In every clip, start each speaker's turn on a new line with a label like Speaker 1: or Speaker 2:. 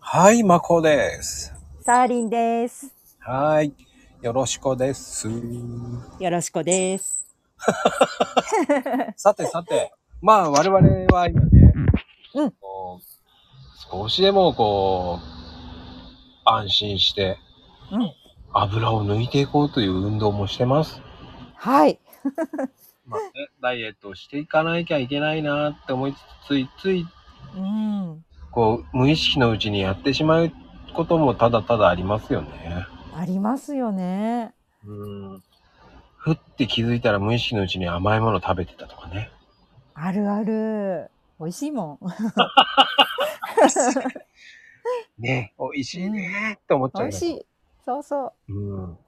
Speaker 1: はい、まこです。
Speaker 2: サーリンです。
Speaker 1: はい。よろしこです。
Speaker 2: よろしくです。
Speaker 1: さてさて、まあ我々は今ね、
Speaker 2: うん
Speaker 1: こう少しでもこう、安心して
Speaker 2: うん。
Speaker 1: 油を抜いていこうという運動もしてます。
Speaker 2: はい。
Speaker 1: まあね、ダイエットをしていかなきゃいけないなって思いつつ、ついつい、
Speaker 2: うん。
Speaker 1: こう、無意識のうちにやってしまうこともただただありますよね。
Speaker 2: ありますよね。
Speaker 1: うん。ふって気づいたら無意識のうちに甘いもの食べてたとかね。
Speaker 2: あるある。美味しいもん。
Speaker 1: ね、美味しいねって思っちゃ
Speaker 2: 美
Speaker 1: うよね。
Speaker 2: 味しい。そうそ
Speaker 1: うん。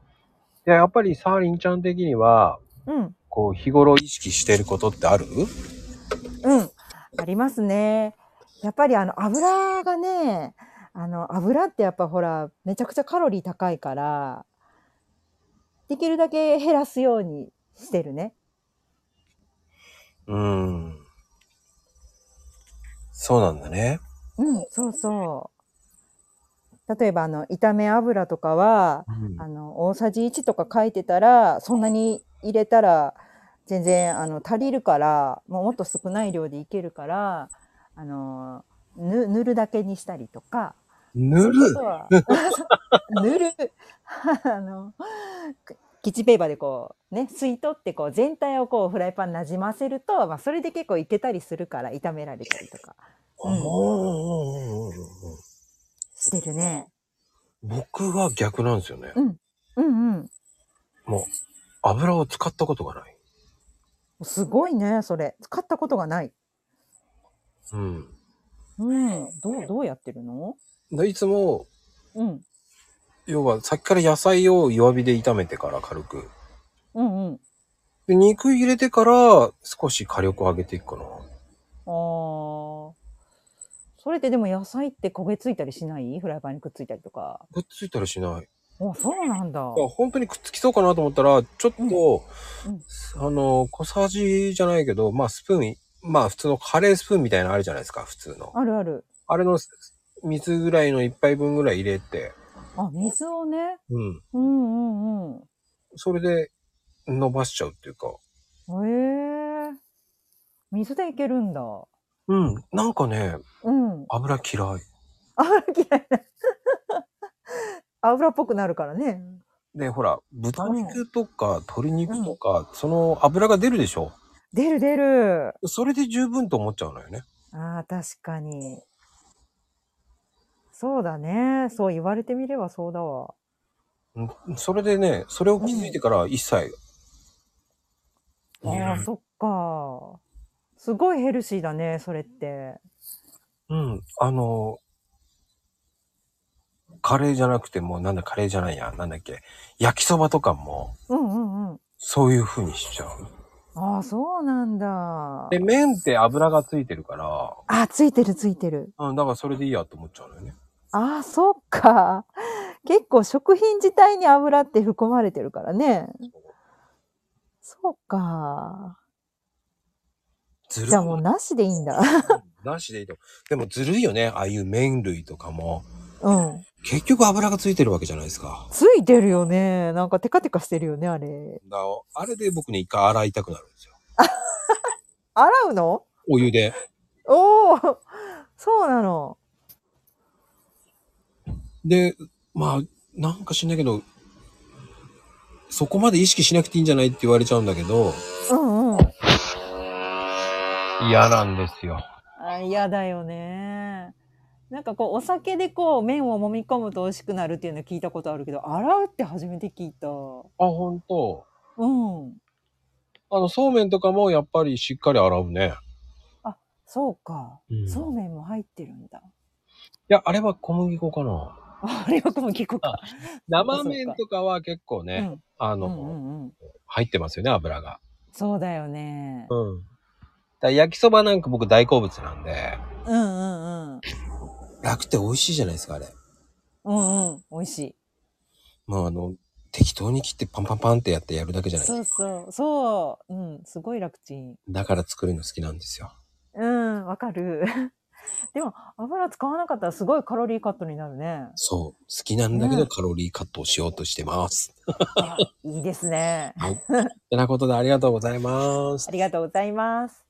Speaker 1: で、やっぱりサーリンちゃん的には、
Speaker 2: う。うん。
Speaker 1: こう、日頃意識してることってある
Speaker 2: うん。ありますね。やっぱりあの油がね、あの油ってやっぱほら、めちゃくちゃカロリー高いから、できるだけ減らすようにしてるね。
Speaker 1: うん。そうなんだね。
Speaker 2: うん。そうそう。例えばあの炒め油とかは、
Speaker 1: うん
Speaker 2: あの大さじ1とか書いてたらそんなに入れたら全然あの足りるからもうもっと少ない量でいけるからあのぬ塗るだけにしたりとか
Speaker 1: 塗る
Speaker 2: あとは 塗る あのキッチンペーパーでこうね吸い取ってこう全体をこうフライパンなじませると、まあ、それで結構いけたりするから炒められたりとかうん
Speaker 1: うんうんうんうんうん
Speaker 2: してるね。
Speaker 1: 僕は逆なんですよね。
Speaker 2: うんうん
Speaker 1: もう、油を使ったことがない。
Speaker 2: すごいねそれ使ったことがない。
Speaker 1: うん。
Speaker 2: うん、どうどうやってるの
Speaker 1: でいつも、
Speaker 2: うん
Speaker 1: 要は、さっきから野菜を弱火で炒めてから軽く。
Speaker 2: うんうん
Speaker 1: で、肉入れてから少し火力を上げていくかな。
Speaker 2: あーそれってでも野菜って焦げついたりしないフライパンにくっついたりとか。
Speaker 1: くっついたりしない。
Speaker 2: おそうなんだ。
Speaker 1: あ本当にくっつきそうかなと思ったら、ちょっと、
Speaker 2: うんうん
Speaker 1: あの、小さじじゃないけど、まあスプーン、まあ普通のカレースプーンみたいなのあるじゃないですか、普通の。
Speaker 2: あるある。
Speaker 1: あれの水ぐらいの一杯分ぐらい入れて、
Speaker 2: あ、水をね。
Speaker 1: うん。
Speaker 2: うんうん
Speaker 1: それで伸ばしちゃうっていうか、
Speaker 2: うん。へえ。水でいけるんだ。
Speaker 1: うん。なんかね、
Speaker 2: うん。
Speaker 1: 油嫌い。
Speaker 2: 油嫌いな。油っぽくなるからね。
Speaker 1: で、ほら、豚肉とか鶏肉とか、その油が出るでしょ。
Speaker 2: 出る出る。
Speaker 1: それで十分と思っちゃうのよね。
Speaker 2: ああ、確かに。そうだね。そう言われてみればそうだわ。
Speaker 1: うんそれでね、それを気づいてから一切。
Speaker 2: ああ、そっか。すごいヘルシーだね、それって。
Speaker 1: うん、あの、カレーじゃなくても、なんだ、カレーじゃないや、なんだっけ、焼きそばとかも、
Speaker 2: うんうんうん。
Speaker 1: そういう風にしちゃう。
Speaker 2: ああ、そうなんだ。
Speaker 1: で、麺って油がついてるか
Speaker 2: あ、ついてるついてる。
Speaker 1: ら、うん、だからそれでいいやと思っちゃうのよね。
Speaker 2: ああ、そっか。結構食品自体に油って含まれてるからね。そうか。
Speaker 1: ずるい
Speaker 2: じゃあもうなしでいいんだ。
Speaker 1: なしでいいと。でもずるいよね、ああいう麺類とかも。
Speaker 2: うん。
Speaker 1: 結局油がついてるわけじゃないですか。
Speaker 2: ついてるよね。なんかテカテカしてるよね、あれ。
Speaker 1: だあれで僕ね、一回洗いたくなるんですよ。
Speaker 2: 洗うの
Speaker 1: お湯で。
Speaker 2: おお、そうなの。
Speaker 1: で、まあ、なんか知んないけど、そこまで意識しなくていいんじゃないって言われちゃうんだけど、
Speaker 2: うんうん。
Speaker 1: 嫌なんですよ。
Speaker 2: あ嫌だよね。なんかこうお酒でこう麺を揉み込むと美味しくなるっていうの聞いたことあるけど洗うって初めて聞いた。
Speaker 1: あ、本当。
Speaker 2: うん。
Speaker 1: あの、そうめんとかもやっぱりしっかり洗うね。
Speaker 2: そうか。
Speaker 1: うん
Speaker 2: そうめんも入ってるんだ。
Speaker 1: いや、あれは小麦粉かな。
Speaker 2: あれは小麦粉か。
Speaker 1: 生麺とかは結構
Speaker 2: う
Speaker 1: ね、
Speaker 2: ん。
Speaker 1: あ
Speaker 2: う
Speaker 1: の、
Speaker 2: んうんうん。
Speaker 1: 入ってますよね、油が。
Speaker 2: そうだよね。
Speaker 1: うん。だから焼きそばなんか僕大好物なんで、
Speaker 2: うんうんうん。
Speaker 1: 楽って美味しいじゃないですか、あれ。
Speaker 2: うんうん。美味し
Speaker 1: もうあの、適当に切ってパンパンパンってやってやるだけじ
Speaker 2: い。
Speaker 1: ゃないです
Speaker 2: そ
Speaker 1: か。
Speaker 2: うそう。そう。うん。すごい楽ちん。
Speaker 1: だから作るの好きなんですよ。
Speaker 2: うん。わかる。 でも、油使わなかったらすごいカロリーカットにな るね。
Speaker 1: そう。好きなんだけ
Speaker 2: う
Speaker 1: ど
Speaker 2: ん
Speaker 1: カロリーカットをしようとしてます。
Speaker 2: いいですね。
Speaker 1: はい。てなことでありがとうございます
Speaker 2: あ。りがとうございます。